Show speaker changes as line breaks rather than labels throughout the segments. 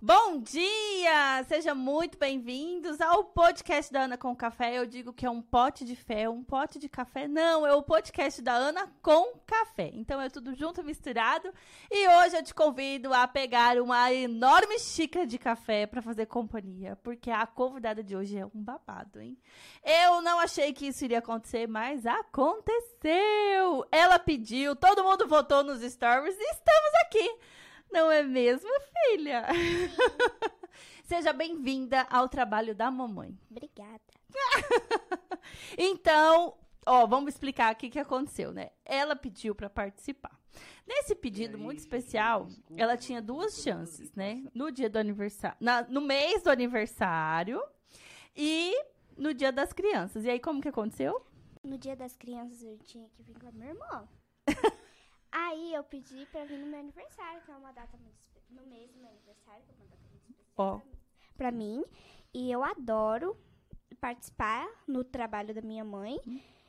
Bom dia! Sejam muito bem-vindos ao podcast da Ana com Café. Eu digo que é um pote de fé, um pote de café. Não, é o podcast da Ana com café. Então é tudo junto misturado. E hoje eu te convido a pegar uma enorme xícara de café para fazer companhia, porque a convidada de hoje é um babado, hein? Eu não achei que isso iria acontecer, mas aconteceu! Ela pediu, todo mundo votou nos stories e estamos aqui! Não é mesmo, filha? Seja bem-vinda ao trabalho da mamãe.
Obrigada.
Então, ó, vamos explicar aqui o que aconteceu, né? Ela pediu para participar. Nesse pedido muito especial, ela tinha duas chances, né? No dia do aniversário, na- no mês do aniversário e no dia das crianças. E aí como que aconteceu?
No dia das crianças eu tinha que vir com a minha irmã. Aí eu pedi pra vir no meu aniversário, que é uma data muito espe- no mês do meu aniversário, que é uma data muito especial
Ó.
pra mim. E eu adoro participar no trabalho da minha mãe.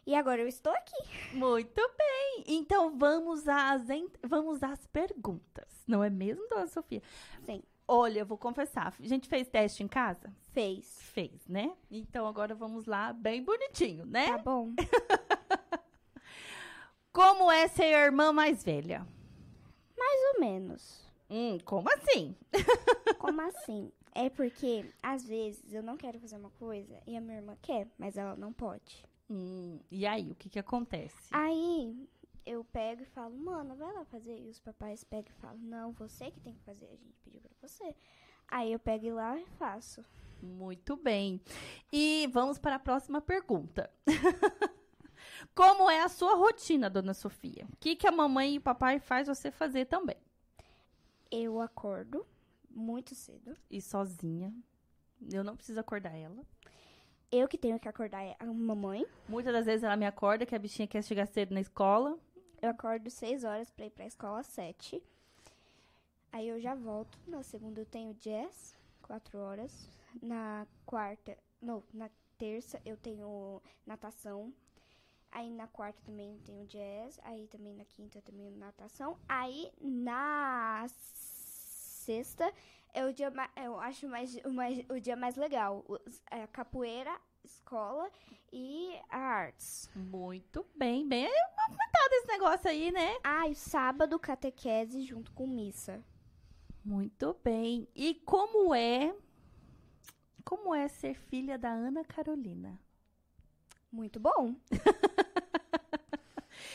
E agora eu estou aqui.
Muito bem. Então vamos às en- vamos às perguntas. Não é mesmo, dona Sofia?
Sim.
Olha, eu vou confessar. A gente fez teste em casa?
Fez.
Fez, né? Então agora vamos lá, bem bonitinho, né?
Tá bom?
Como é ser a irmã mais velha?
Mais ou menos.
Hum, como assim?
Como assim? É porque, às vezes, eu não quero fazer uma coisa e a minha irmã quer, mas ela não pode.
Hum, e aí, o que que acontece?
Aí eu pego e falo, mano, vai lá fazer. E os papais pegam e falam, não, você que tem que fazer, a gente pediu pra você. Aí eu pego e lá e faço.
Muito bem. E vamos para a próxima pergunta. como é a sua rotina, dona Sofia? O que que a mamãe e o papai faz você fazer também?
Eu acordo muito cedo.
E sozinha? Eu não preciso acordar ela.
Eu que tenho que acordar é a mamãe.
Muitas das vezes ela me acorda que a bichinha quer chegar cedo na escola.
Eu acordo seis horas pra ir pra escola às 7. Aí eu já volto. Na segunda eu tenho jazz, quatro horas. Na quarta, não, na terça eu tenho natação. Aí na quarta também eu tenho jazz. Aí também na quinta eu tenho natação. Aí na sexta é o dia mais, eu acho mais, o, mais, o dia mais legal. Os- é, capoeira, escola e a artes.
Muito bem, bem aumentado esse negócio aí, né?
Ah, e sábado catequese junto com missa.
Muito bem. E como é como é ser filha da Ana Carolina?
Muito bom.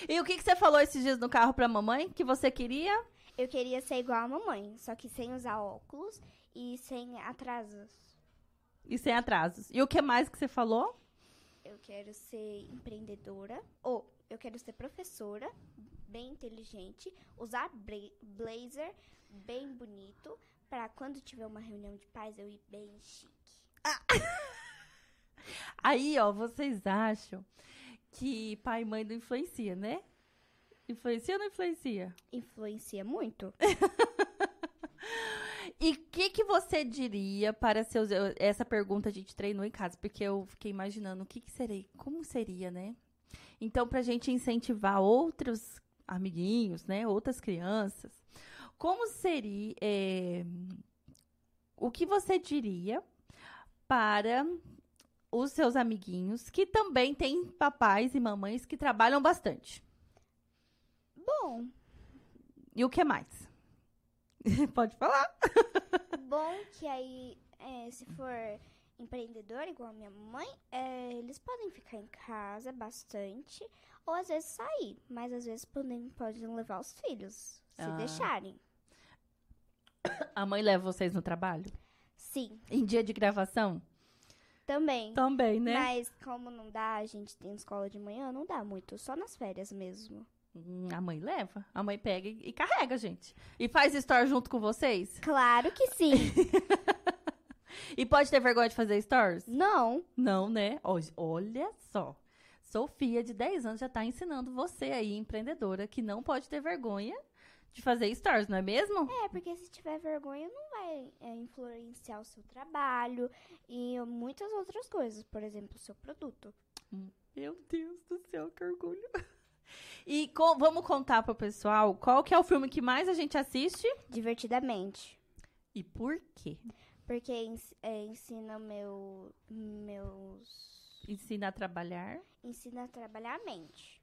E o que, que você falou esses dias no carro pra mamãe que você queria?
Eu queria ser igual a mamãe, só que sem usar óculos e sem atrasos.
E sem atrasos. E o que mais que você falou?
Eu quero ser empreendedora ou eu quero ser professora, bem inteligente, usar bla- blazer bem bonito pra quando tiver uma reunião de paz eu ir bem chique.
Aí, ó, vocês acham que pai e mãe não influencia, né? Influencia ou não influencia?
Influencia muito.
E o que, que você diria para seus. eu- Essa pergunta a gente treinou em casa, porque eu fiquei imaginando o que, que seria, como seria, né? Então, para a gente incentivar outros amiguinhos, né? Outras crianças, como seria. eh, o que você diria para os seus amiguinhos que também têm papais e mamães que trabalham bastante?
Bom,
E o que mais? Pode falar.
bom que aí é, se for empreendedora igual a minha mãe, é, eles podem ficar em casa bastante ou às vezes sair, mas às vezes podem, podem levar os filhos, se
Ah.
deixarem.
A mãe leva vocês no trabalho?
Sim,
Em dia de gravação?
também.
Também, né?
Mas como não dá, a gente tem escola de manhã, não dá muito, só nas férias mesmo.
Hum, a mãe leva. A mãe pega e e carrega, gente. E faz story junto com vocês.
Claro que sim.
E pode ter vergonha de fazer stories?
não.
Não, né? Ó, Olha só. Sofia, de 10 anos, já tá ensinando você aí, empreendedora, que não pode ter vergonha de fazer stories, não é mesmo?
É, porque se tiver vergonha, não vai é, influenciar o seu trabalho e muitas outras coisas, por exemplo, o seu produto.
Meu Deus do céu, que orgulho. E co- vamos contar pro pessoal qual que é o filme que mais a gente assiste
Divertidamente.
E por quê?
Porque ens- é, ensina meu, meus.
Ensina a trabalhar
Ensina a trabalhar a mente.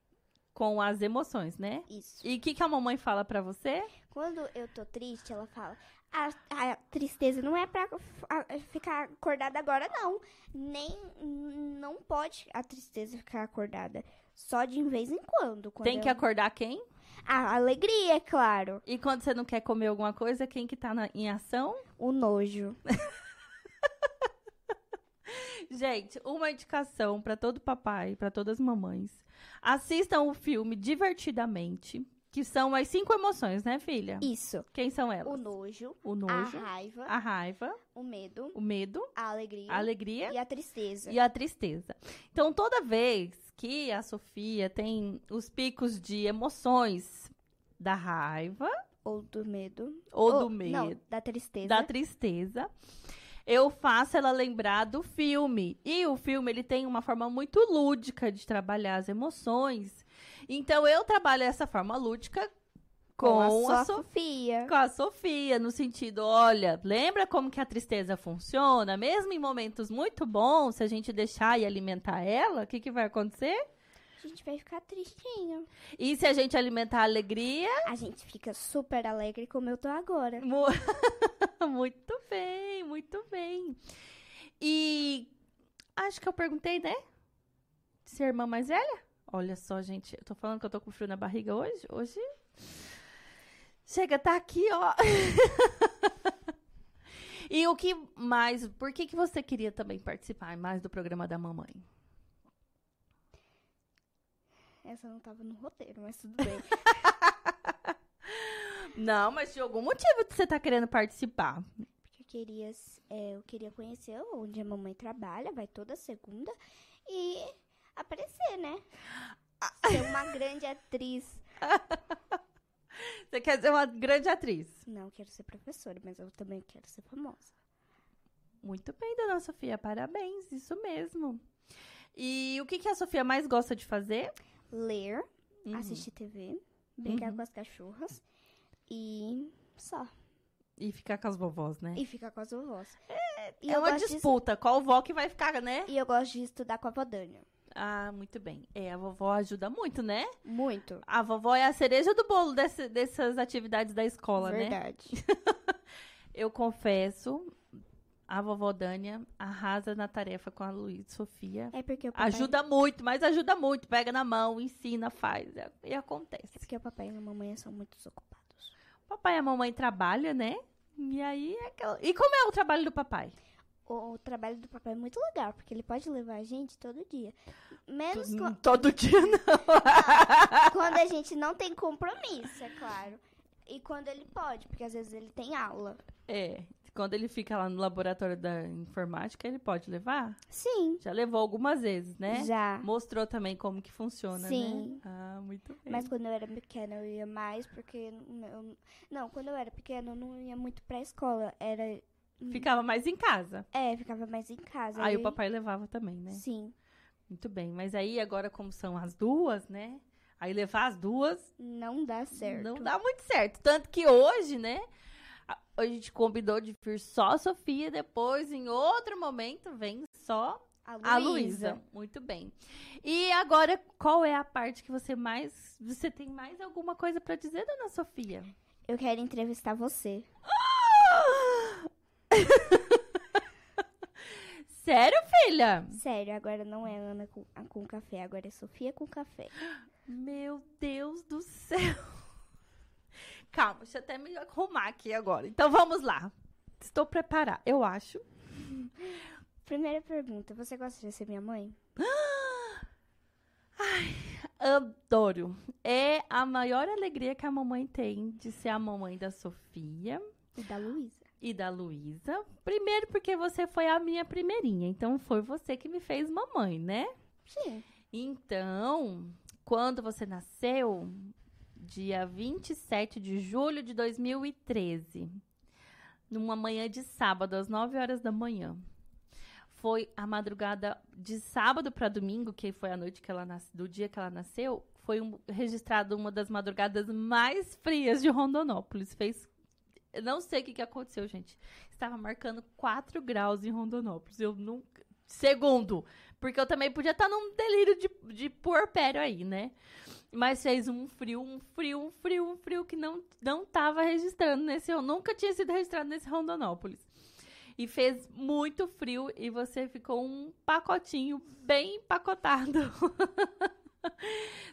com as emoções, né?
Isso.
E o que, que a mamãe fala pra você?
Quando eu tô triste, ela fala: a, a tristeza não é pra f- a- ficar acordada agora, não. Nem. n- Não pode a tristeza ficar acordada. Só de vez em quando. quando
Tem que
eu-
acordar quem?
A alegria, é claro.
E quando você não quer comer alguma coisa, quem que tá na- em ação?
O nojo.
Gente, uma indicação pra todo papai, pra todas as mamães. Assistam o filme Divertidamente, que são as cinco emoções, né, filha?
Isso.
Quem são
O
elas?
nojo,
O Tá nojo,
a raiva,
a raiva,
o medo,
o medo,
a alegria,
a alegria
e a tristeza.
e a tristeza. Então, toda vez que a Sofia tem os picos de emoções da raiva
Ou do medo.
ou do
Não,
medo,
da tristeza.
da tristeza, eu faço ela lembrar do filme. E o filme ele tem uma forma muito lúdica de trabalhar as emoções. Então, eu trabalho essa forma lúdica com, a, Sofia.
Sofia.
com a Sofia, no sentido, olha, lembra como que a tristeza funciona? Mesmo em momentos muito bons, se a gente deixar e alimentar ela, o que, que vai acontecer?
A gente vai ficar tristinho.
E se a gente alimentar a alegria?
A gente fica super alegre como eu tô agora.
Mu- muito bem, muito bem. E acho que eu perguntei, né? Se é a irmã mais velha? Olha só, gente, eu tô falando que eu tô com frio na barriga hoje? Hoje. Chega, tá aqui, ó. e o que mais? Por que, que você queria também participar mais do programa da mamãe?
Essa não tava no roteiro, mas tudo bem.
Não, mas de algum motivo você tá querendo participar.
Porque eu queria, é, eu queria conhecer onde a mamãe trabalha, vai toda segunda, e aparecer, né?
Ah.
Ser uma grande atriz.
Você quer ser uma grande atriz.
Não, eu quero ser professora, mas eu também quero ser famosa.
Muito bem, dona Sofia, parabéns, isso mesmo. E o que, que a Sofia mais gosta de fazer?
Ler,
Uhum.
assistir TV, brincar com as cachorras e só.
E ficar com as vovós, né?
E ficar com as vovós. e,
é
eu
uma
gosto de-
disputa, qual vó que vai ficar, né?
e eu gosto de estudar com a Podânia.
Ah, muito bem. É, a vovó ajuda muito, né?
Muito.
A vovó é a cereja do bolo desse- dessas atividades da escola, né?
Verdade.
Eu confesso, a vovó Dânia arrasa na tarefa com a Luiz Sofia.
É porque o papai...
Ajuda muito, mas ajuda muito. Pega na mão, ensina, faz. é- E
É
acontece.
porque o papai e a mamãe são muito desocupados.
Papai e a mamãe trabalham, né? E aí é aquela... E como é o trabalho do papai?
O, o trabalho do papai é muito legal, porque ele pode levar a gente todo dia. Menos
Hum,
quan-
Todo dia
quando a gente não tem compromisso, é claro. E quando ele pode, porque às vezes ele tem aula.
É. Quando ele fica lá no laboratório da informática, ele pode levar?
Sim,
Já levou algumas vezes, né?
já.
Mostrou também como que funciona, né?
Sim.
Ah, muito bem.
Mas quando eu era pequena eu ia mais, porque eu, não, quando eu era pequena eu não ia muito pra escola, era
Ficava mais em casa.
é, ficava mais em casa.
Aí
eu-
o papai levava também, né?
Sim.
Muito bem. Mas aí agora como são as duas, né? Aí levar as duas
Não dá certo.
Não dá muito certo. Tanto que hoje, né? a- A gente combinou de vir só a Sofia, depois, em outro momento, vem só a Luísa. Muito bem. E agora, qual é a parte que você mais. Você tem mais alguma coisa pra dizer, dona Sofia?
Eu quero entrevistar você.
Sério, filha?
Sério, agora não é Ana com, a- com café, agora é Sofia com café.
Meu Deus do céu. Calma, deixa eu até me arrumar aqui agora. Então vamos lá. Estou preparada, eu acho.
Primeira pergunta, você gosta de ser minha mãe?
Adoro. É a maior alegria que a mamãe tem de ser a mamãe da Sofia
E da Luísa.
e da Luísa. Primeiro porque você foi a minha primeirinha, então foi você que me fez mamãe, né?
Sim.
Então, quando você nasceu, dia 27 de julho de 2013, numa manhã de sábado, às 9 horas da manhã. Foi a madrugada de sábado para domingo, que foi a noite que ela nas- do dia que ela nasceu, foi um- registrado uma das madrugadas mais frias de Rondonópolis. Fez Eu não sei o que, que aconteceu, gente. Estava marcando 4 graus em Rondonópolis. Eu nunca. Segundo, porque eu também podia estar num delírio de, de puerpério aí, né? Mas fez um frio, um frio, um frio, um frio que não não tava registrando nesse, eu nunca tinha sido registrado nesse Rondonópolis. E fez muito frio e você ficou um pacotinho bem empacotado.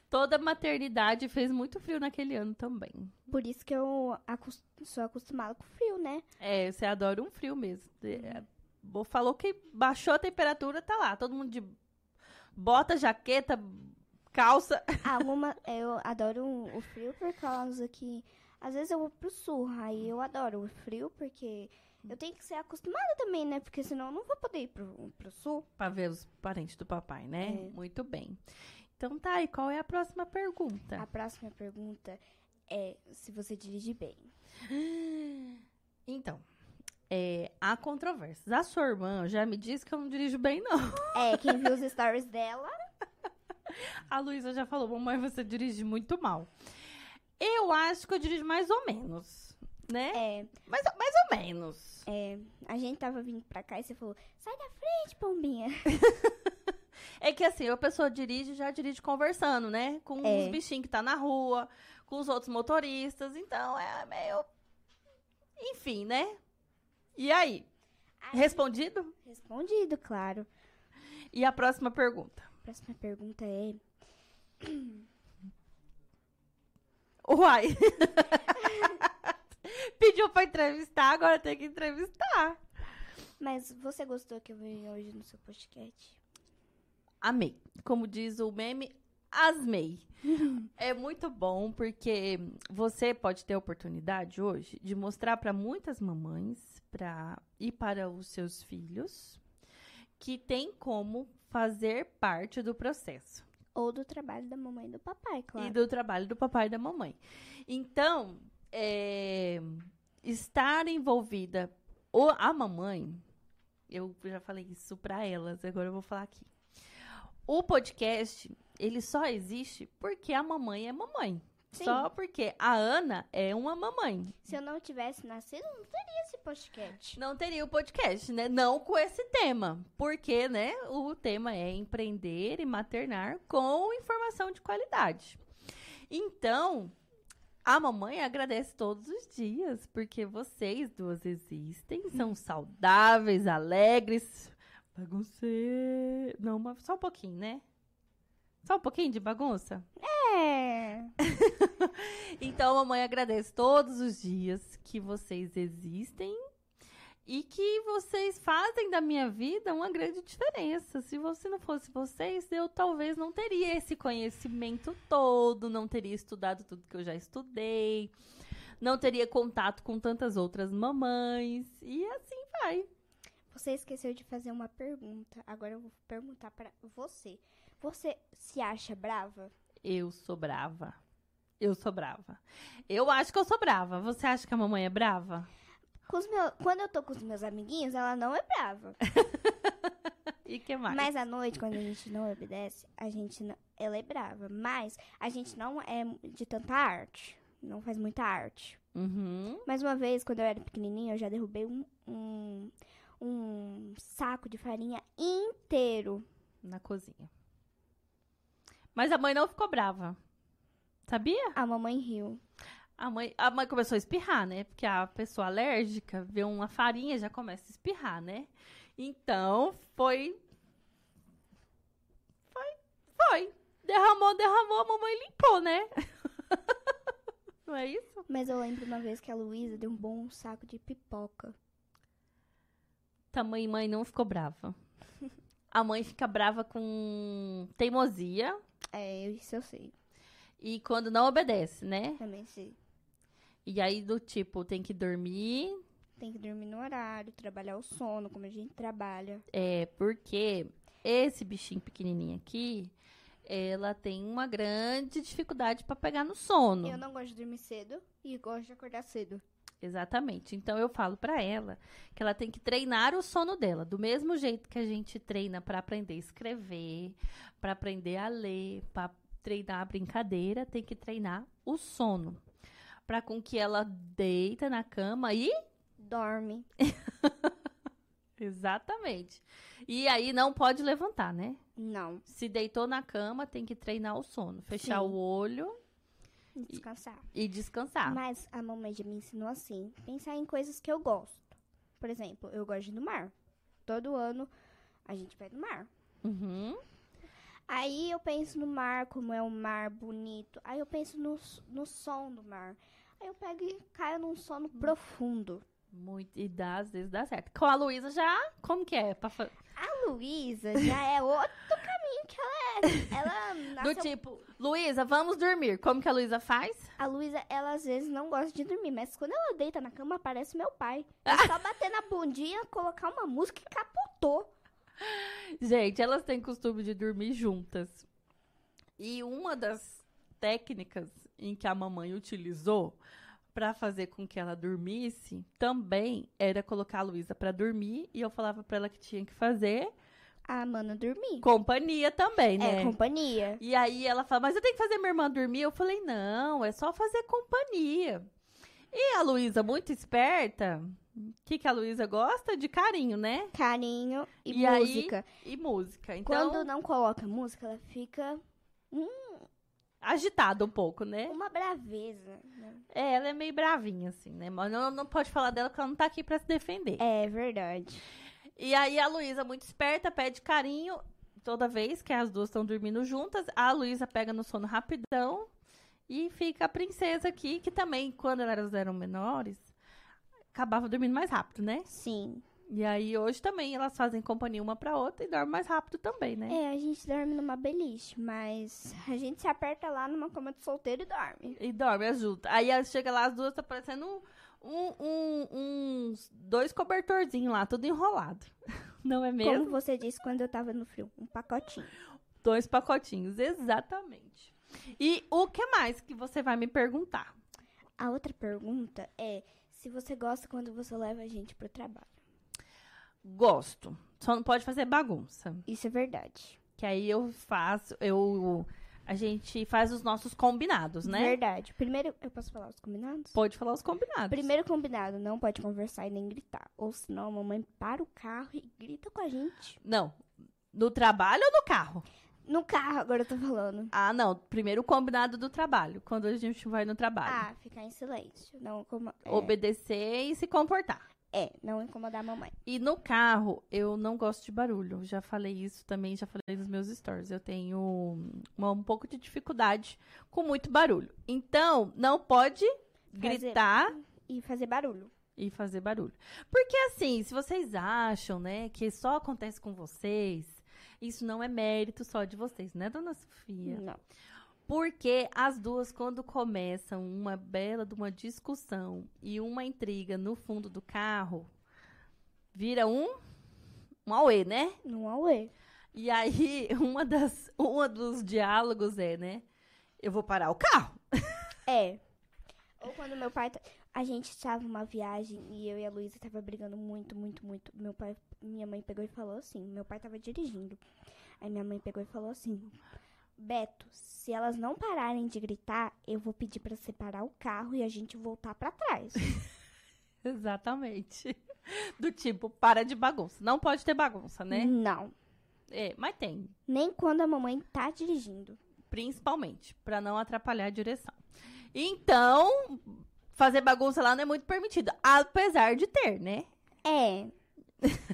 Toda a maternidade fez muito frio naquele ano também.
Por isso que eu acos- sou acostumada com frio, né?
É, você adora um frio mesmo. É,
Uhum.
bo- falou que baixou a temperatura, tá lá. Todo mundo de bota, jaqueta, calça.
Alguma, eu adoro o frio por causa que às vezes eu vou pro sul, aí eu adoro o frio porque eu tenho que ser acostumada também, né? Porque senão eu não vou poder ir pro, pro sul.
Pra ver os parentes do papai, né?
É.
Muito bem. Então tá, e qual é a próxima pergunta?
A próxima pergunta é se você dirige bem.
Então, é, há controvérsias. A sua irmã já me disse que eu não dirijo bem, não.
É, quem viu os stories dela,
A Luísa já falou, mamãe, você dirige muito mal. Eu acho que eu dirijo mais ou menos, né?
é,
Mais, ou- mais ou menos.
a gente tava vindo pra cá e você falou, sai da frente, pombinha.
É que assim, a pessoa dirige, já dirige conversando, né? Com
É.
os bichinhos que tá na rua, com os outros motoristas. Então é meio. Enfim, né? E aí?
Aí-
Respondido?
Respondido, claro.
E a próxima pergunta.
Próxima pergunta é,
Uai! Pediu pra entrevistar, agora tem que entrevistar.
mas você gostou que eu vim hoje no seu podcast?
Amei. Como diz o meme, asmei. é muito bom porque você pode ter a oportunidade hoje de mostrar para muitas mamães pra, e para os seus filhos que tem como fazer parte do processo.
Ou do trabalho da mamãe e do papai, claro.
e do trabalho do papai e da mamãe. Então, é, estar envolvida o, a mamãe, eu já falei isso para elas, agora eu vou falar aqui. O podcast, ele só existe porque a mamãe é mamãe.
Sim.
Só porque a Ana é uma mamãe.
Se eu não tivesse nascido, não teria esse podcast.
Não teria o podcast, né? Não com esse tema. Porque, né? O tema é empreender e maternar com informação de qualidade. Então, a mamãe agradece todos os dias, porque vocês duas existem, são saudáveis, alegres. Bagunceiro. Não, mas só um pouquinho, né? Só um pouquinho de bagunça?
É.
Então, mamãe agradece todos os dias que vocês existem e que vocês fazem da minha vida uma grande diferença. Se você não fosse vocês, eu talvez não teria esse conhecimento todo, não teria estudado tudo que eu já estudei, não teria contato com tantas outras mamães e assim vai.
Você esqueceu de fazer uma pergunta. Agora eu vou perguntar pra você. Você se acha brava?
Eu sou brava. Eu sou brava. Eu acho que eu sou brava. Você acha que a mamãe é brava?
Com os meu- Quando eu tô com os meus amiguinhos, ela não é brava.
E que mais?
Mas à noite, quando a gente não obedece, a gente não... ela é brava. Mas a gente não é de tanta arte. Não faz muita arte.
Uhum.
Mais uma vez, quando eu era pequenininha, eu já derrubei um, um, um saco de farinha inteiro.
na cozinha. Mas a mãe não ficou brava. Sabia?
A mamãe riu.
A mãe, a mãe começou a espirrar, né? Porque a pessoa alérgica vê uma farinha já começa a espirrar, né? Então, foi. Foi. Foi. Derramou, derramou, a mamãe limpou, né? não é isso?
Mas eu lembro uma vez que a Luísa deu um bom saco de pipoca.
Tamanho mãe não ficou brava. A mãe fica brava com teimosia
É, isso eu sei.
e quando não obedece, né?
Também sei.
E aí, do tipo, tem que dormir,
Tem que dormir no horário, trabalhar o sono, como a gente trabalha.
É porque esse bichinho pequenininho aqui, ela tem uma grande dificuldade pra pegar no sono.
Eu não gosto de dormir cedo e gosto de acordar cedo.
Exatamente. Então eu falo pra ela que ela tem que treinar o sono dela, do mesmo jeito que a gente treina pra aprender a escrever, pra aprender a ler, pra treinar a brincadeira, tem que treinar o sono. para com que ela deita na cama e
Dorme.
exatamente. E aí não pode levantar, né?
Não.
Se deitou na cama, tem que treinar o sono, fechar
Sim.
o olho
Descansar.
e descansar.
Mas a mamãe já me ensinou assim: pensar em coisas que eu gosto. Por exemplo, eu gosto de ir no mar. Todo ano a gente vai no mar.
Uhum.
Aí eu penso no mar, como é um mar bonito. Aí eu penso no, s- no som do mar. Aí eu pego e caio num sono profundo.
Muito, e dá, às vezes dá certo. Com a Luísa já, como que é? Pra fa-
A Luísa já é outro caminho que ela é. Ela
Do
nasceu...
tipo, Luísa, vamos dormir. Como que a Luísa faz?
A Luísa, ela às vezes não gosta de dormir, mas quando ela deita na cama, parece meu pai. É só bater na bundinha, colocar uma música e capotou.
Gente, elas têm costume de dormir juntas. E uma das técnicas em que a mamãe utilizou pra fazer com que ela dormisse também era colocar a Luísa pra dormir e eu falava pra ela que tinha que fazer
A mana dormir.
companhia também, né?
É, companhia.
E aí ela fala, mas eu tenho que fazer minha irmã dormir. Eu falei, não, é só fazer companhia. E a Luísa, muito esperta, o que, que a Luísa gosta? De carinho, né?
Carinho e,
E aí,
música.
E música. Então,
Quando não coloca música, ela fica
agitada um pouco, né?
uma braveza. né?
É, ela é meio bravinha, assim, né? Mas não, não pode falar dela porque ela não tá aqui pra se defender.
É verdade.
E aí a Luísa, muito esperta, pede carinho toda vez que as duas estão dormindo juntas. A Luísa pega no sono rapidão e fica a princesa aqui, que também, quando elas eram menores, acabava dormindo mais rápido, né?
Sim.
E aí hoje também elas fazem companhia uma pra outra e dormem mais rápido também, né?
É, a gente dorme numa beliche, mas a gente se aperta lá numa cama de solteiro e dorme.
E dorme é junto. Aí ela chega lá, as duas tá parecendo um, um- um- uns dois cobertorzinhos lá, tudo enrolado. Não é mesmo?
Como você disse quando eu tava no frio, um pacotinho.
Dois pacotinhos, exatamente. E o que mais que você vai me perguntar?
A outra pergunta é se você gosta quando você leva a gente pro trabalho.
Gosto. Só não pode fazer bagunça.
Isso é verdade.
Que aí eu faço, eu. A gente faz os nossos combinados, né?
Verdade. Primeiro, eu posso falar os combinados?
Pode falar os combinados.
Primeiro combinado, não pode conversar e nem gritar. Ou senão a mamãe para o carro e grita com a gente.
Não. No trabalho ou no carro?
No carro, agora eu tô falando.
Ah, não. Primeiro o combinado do trabalho. Quando a gente vai no trabalho.
Ah, ficar em silêncio. Não, como... é,
Obedecer e se comportar.
é, não incomodar a mamãe.
E no carro, eu não gosto de barulho. Já falei isso também, já falei nos meus stories. Eu tenho uma- um pouco de dificuldade com muito barulho. Então, não pode gritar
E fazer barulho.
e fazer barulho. Porque assim, se vocês acham, né, que só acontece com vocês, isso não é mérito só de vocês, né, dona Sofia?
Não.
Porque as duas, quando começam uma bela de uma discussão e uma intriga no fundo do carro, vira um. Um auê, né?
Não auê.
E aí, uma das, uma dos diálogos é, né? Eu vou parar o carro.
É. Ou quando meu pai. tá- A gente tava uma viagem e eu e a Luísa tava brigando muito, muito, muito. Meu pai, minha mãe pegou e falou assim. Meu pai tava dirigindo. Aí minha mãe pegou e falou assim: Beto, se elas não pararem de gritar, eu vou pedir pra separar o carro e a gente voltar pra trás.
Exatamente. Do tipo, para de bagunça. Não pode ter bagunça, né?
Não.
É, mas tem.
Nem quando a mamãe tá dirigindo.
Principalmente, para não atrapalhar a direção. Então, fazer bagunça lá não é muito permitido. Apesar de ter, né?
É.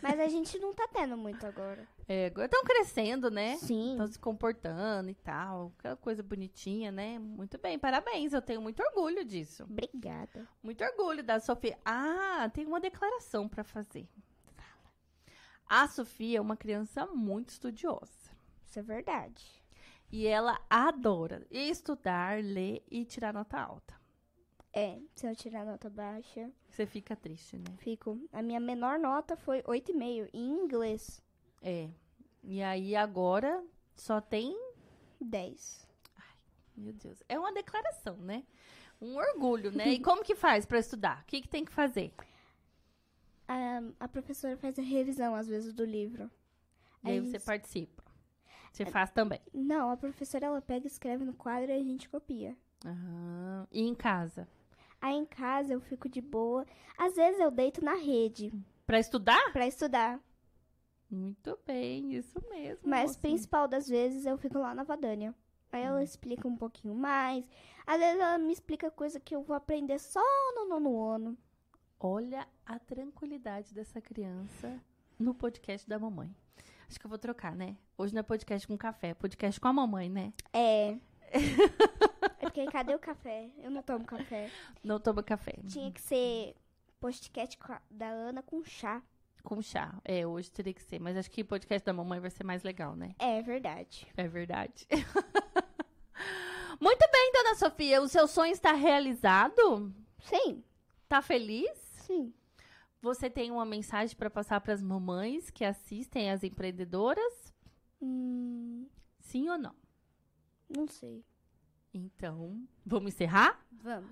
Mas a gente não tá tendo muito agora.
É, estão crescendo, né?
Sim.
Estão se comportando e tal. Aquela coisa bonitinha, né? Muito bem, parabéns. Eu tenho muito orgulho disso.
Obrigada.
Muito orgulho da Sofia. Ah, tem uma declaração pra fazer. A Sofia é uma criança muito estudiosa.
Isso é verdade.
E ela adora estudar, ler e tirar nota alta.
É, se eu tirar nota baixa.
Você fica triste, né?
Fico. A minha menor nota foi 8,5 em inglês,
É. E aí agora só tem.
10.
Meu Deus. É uma declaração, né? Um orgulho, né? E como que faz pra estudar? O que, que tem que fazer?
Ahn, a professora faz a revisão às vezes do livro.
E aí
É
você
isso.
participa. Você faz também.
Não, a professora ela pega, escreve no quadro e a gente copia.
Aham. E em casa?
Aí em casa eu fico de boa. Às vezes eu deito na rede
Pra estudar?
pra
Ah,
estudar,
Muito bem, isso mesmo.
mas
mocinha.
principal das vezes eu fico lá na Vadânia. Aí
Hum.
ela explica um pouquinho mais. Às vezes ela me explica coisa que eu vou aprender só no nono ano.
Olha a tranquilidade dessa criança no podcast da mamãe. Acho que eu vou trocar, né? Hoje não é podcast com café, é podcast com a mamãe, né?
É. É porque cadê o café? Eu não tomo café.
Não toma café.
Tinha que ser postcat com a- da Ana com chá.
Com chá. É, hoje teria que ser. Mas acho que podcast da mamãe vai ser mais legal, né?
É verdade.
É verdade. Muito bem, dona Sofia. O seu sonho está realizado?
Sim,
Tá feliz?
sim.
Você tem uma mensagem para passar para as mamães que assistem as empreendedoras?
Hum,
Sim ou não?
não sei.
Então, vamos encerrar?
Vamos.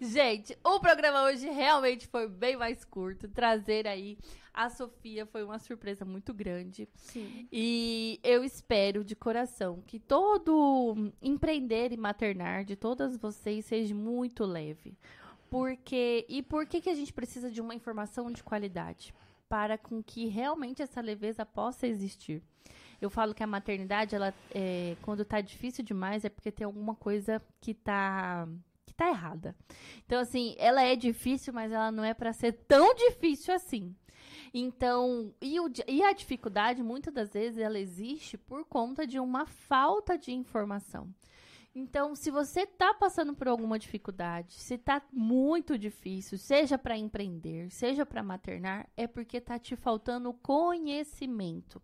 Gente, o programa hoje realmente foi bem mais curto. Trazer aí a Sofia foi uma surpresa muito grande.
Sim.
E eu espero de coração que todo empreender e maternar de todas vocês seja muito leve. Porque e por que que a gente precisa de uma informação de qualidade para com que realmente essa leveza possa existir? Eu falo que a maternidade, ela é, quando tá difícil demais é porque tem alguma coisa que tá que tá errada. Então assim, ela é difícil, mas ela não é para ser tão difícil assim. Então, e, o di- e a dificuldade, muitas das vezes, ela existe por conta de uma falta de informação. Então, se você está passando por alguma dificuldade, se está muito difícil, seja para empreender, seja para maternar, é porque está te faltando conhecimento.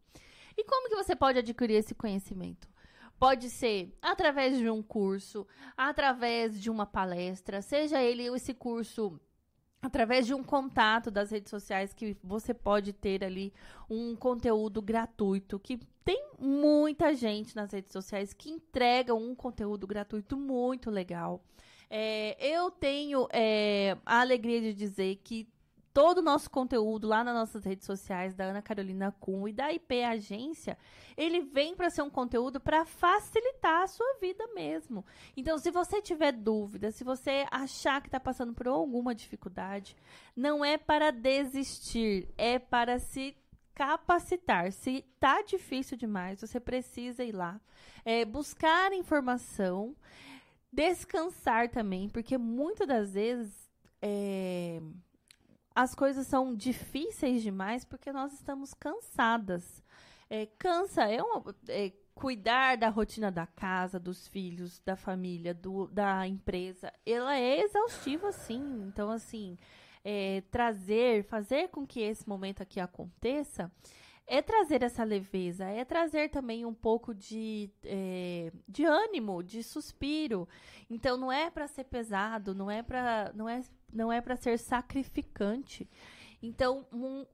E como que você pode adquirir esse conhecimento? Pode ser através de um curso, através de uma palestra, seja ele esse curso através de um contato das redes sociais que você pode ter ali um conteúdo gratuito que tem muita gente nas redes sociais que entrega um conteúdo gratuito muito legal. É, eu tenho é, a alegria de dizer que todo o nosso conteúdo lá nas nossas redes sociais da Ana Carolina Kuhn e da IP Agência, ele vem para ser um conteúdo para facilitar a sua vida mesmo. Então, se você tiver dúvida, se você achar que está passando por alguma dificuldade, não é para desistir, é para se capacitar. Se tá difícil demais, você precisa ir lá, é, buscar informação, descansar também, porque muitas das vezes é, as coisas são difíceis demais porque nós estamos cansadas. É, cansa é uma, é, cuidar da rotina da casa, dos filhos, da família, do- da empresa, ela é exaustiva, sim. Então, assim, é, trazer, fazer com que esse momento aqui aconteça, é trazer essa leveza, é trazer também um pouco de, é, de ânimo, de suspiro. Então, não é para ser pesado, não é para não é, não é para ser sacrificante. Então, um-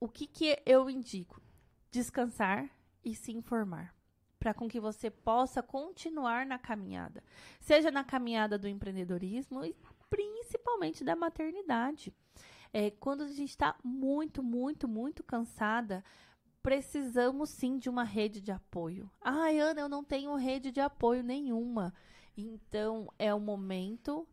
o que, que eu indico? Descansar e se informar para com que você possa continuar na caminhada, seja na caminhada do empreendedorismo e principalmente da maternidade. É, quando a gente está muito, muito, muito cansada, precisamos sim de uma rede de apoio. Ai, Ana, eu não tenho rede de apoio nenhuma. Então é o momento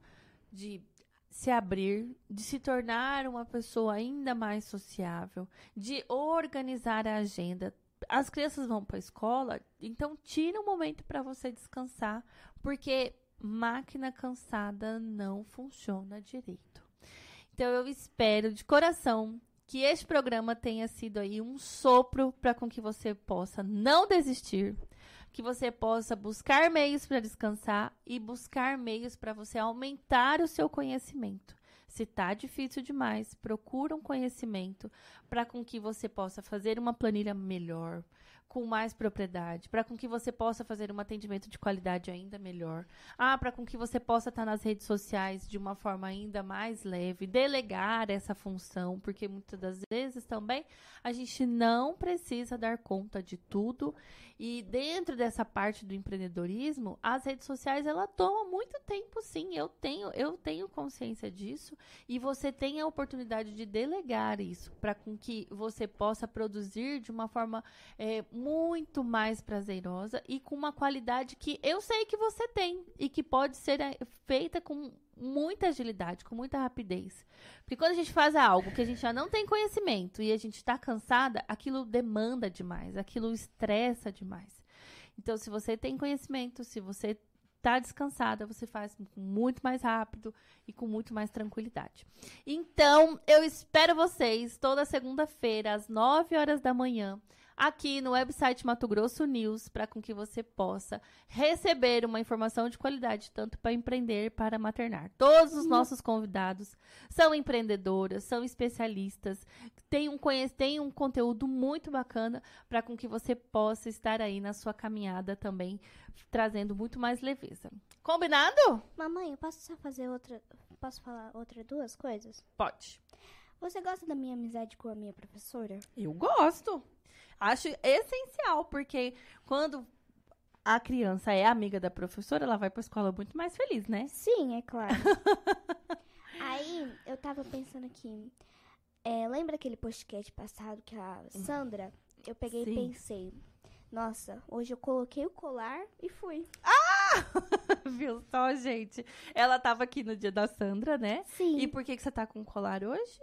de se abrir, de se tornar uma pessoa ainda mais sociável, de organizar a agenda as crianças vão para a escola, então tira um momento para você descansar, porque máquina cansada não funciona direito. Então eu espero de coração que este programa tenha sido aí um sopro para com que você possa não desistir, que você possa buscar meios para descansar e buscar meios para você aumentar o seu conhecimento. Se tá difícil demais, procura um conhecimento para com que você possa fazer uma planilha melhor, com mais propriedade, para com que você possa fazer um atendimento de qualidade ainda melhor. Ah, para com que você possa estar nas redes sociais de uma forma ainda mais leve, delegar essa função, porque muitas das vezes também a gente não precisa dar conta de tudo. E dentro dessa parte do empreendedorismo, as redes sociais ela toma muito tempo, sim. Eu tenho, eu tenho consciência disso e você tem a oportunidade de delegar isso para com que você possa produzir de uma forma é, muito mais prazerosa e com uma qualidade que eu sei que você tem e que pode ser eh, feita com muita agilidade, com muita rapidez. Porque quando a gente faz algo que a gente já não tem conhecimento e a gente está cansada, aquilo demanda demais, aquilo estressa demais. Então, se você tem conhecimento, se você está tá descansada, você faz com muito mais rápido e com muito mais tranquilidade. Então, eu espero vocês toda segunda-feira, às 9 horas da manhã, aqui no website Mato Grosso News, para com que você possa receber uma informação de qualidade, tanto para empreender para maternar. Todos os nossos convidados são empreendedoras, são especialistas, têm um, conhe- têm um conteúdo muito bacana para com que você possa estar aí na sua caminhada também, trazendo muito mais leveza. Combinado?
Mamãe, eu posso só fazer outra. Posso falar outra duas coisas?
Pode.
Você gosta da minha amizade com a minha professora?
Eu gosto. Acho essencial, porque quando a criança é amiga da professora, ela vai pra escola muito mais feliz, né?
Sim, é claro. Aí eu tava pensando aqui. é, lembra aquele podcast passado que a Sandra? Eu peguei
Sim.
e pensei. Nossa, hoje eu coloquei o colar e fui.
Viu só, gente? Ela tava aqui no dia da Sandra, né?
Sim.
E por que, que você tá com colar hoje?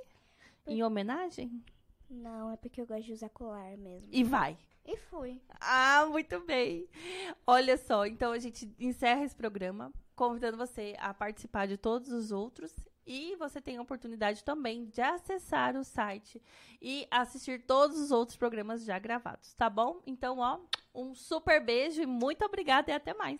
Em homenagem?
Não, é porque eu gosto de usar colar mesmo.
E vai.
E fui.
Ah, muito bem. Olha só, então a gente encerra esse programa convidando você a participar de todos os outros e você tem a oportunidade também de acessar o site e assistir todos os outros programas já gravados, tá bom? Então, ó, um super beijo e muito obrigada e até mais.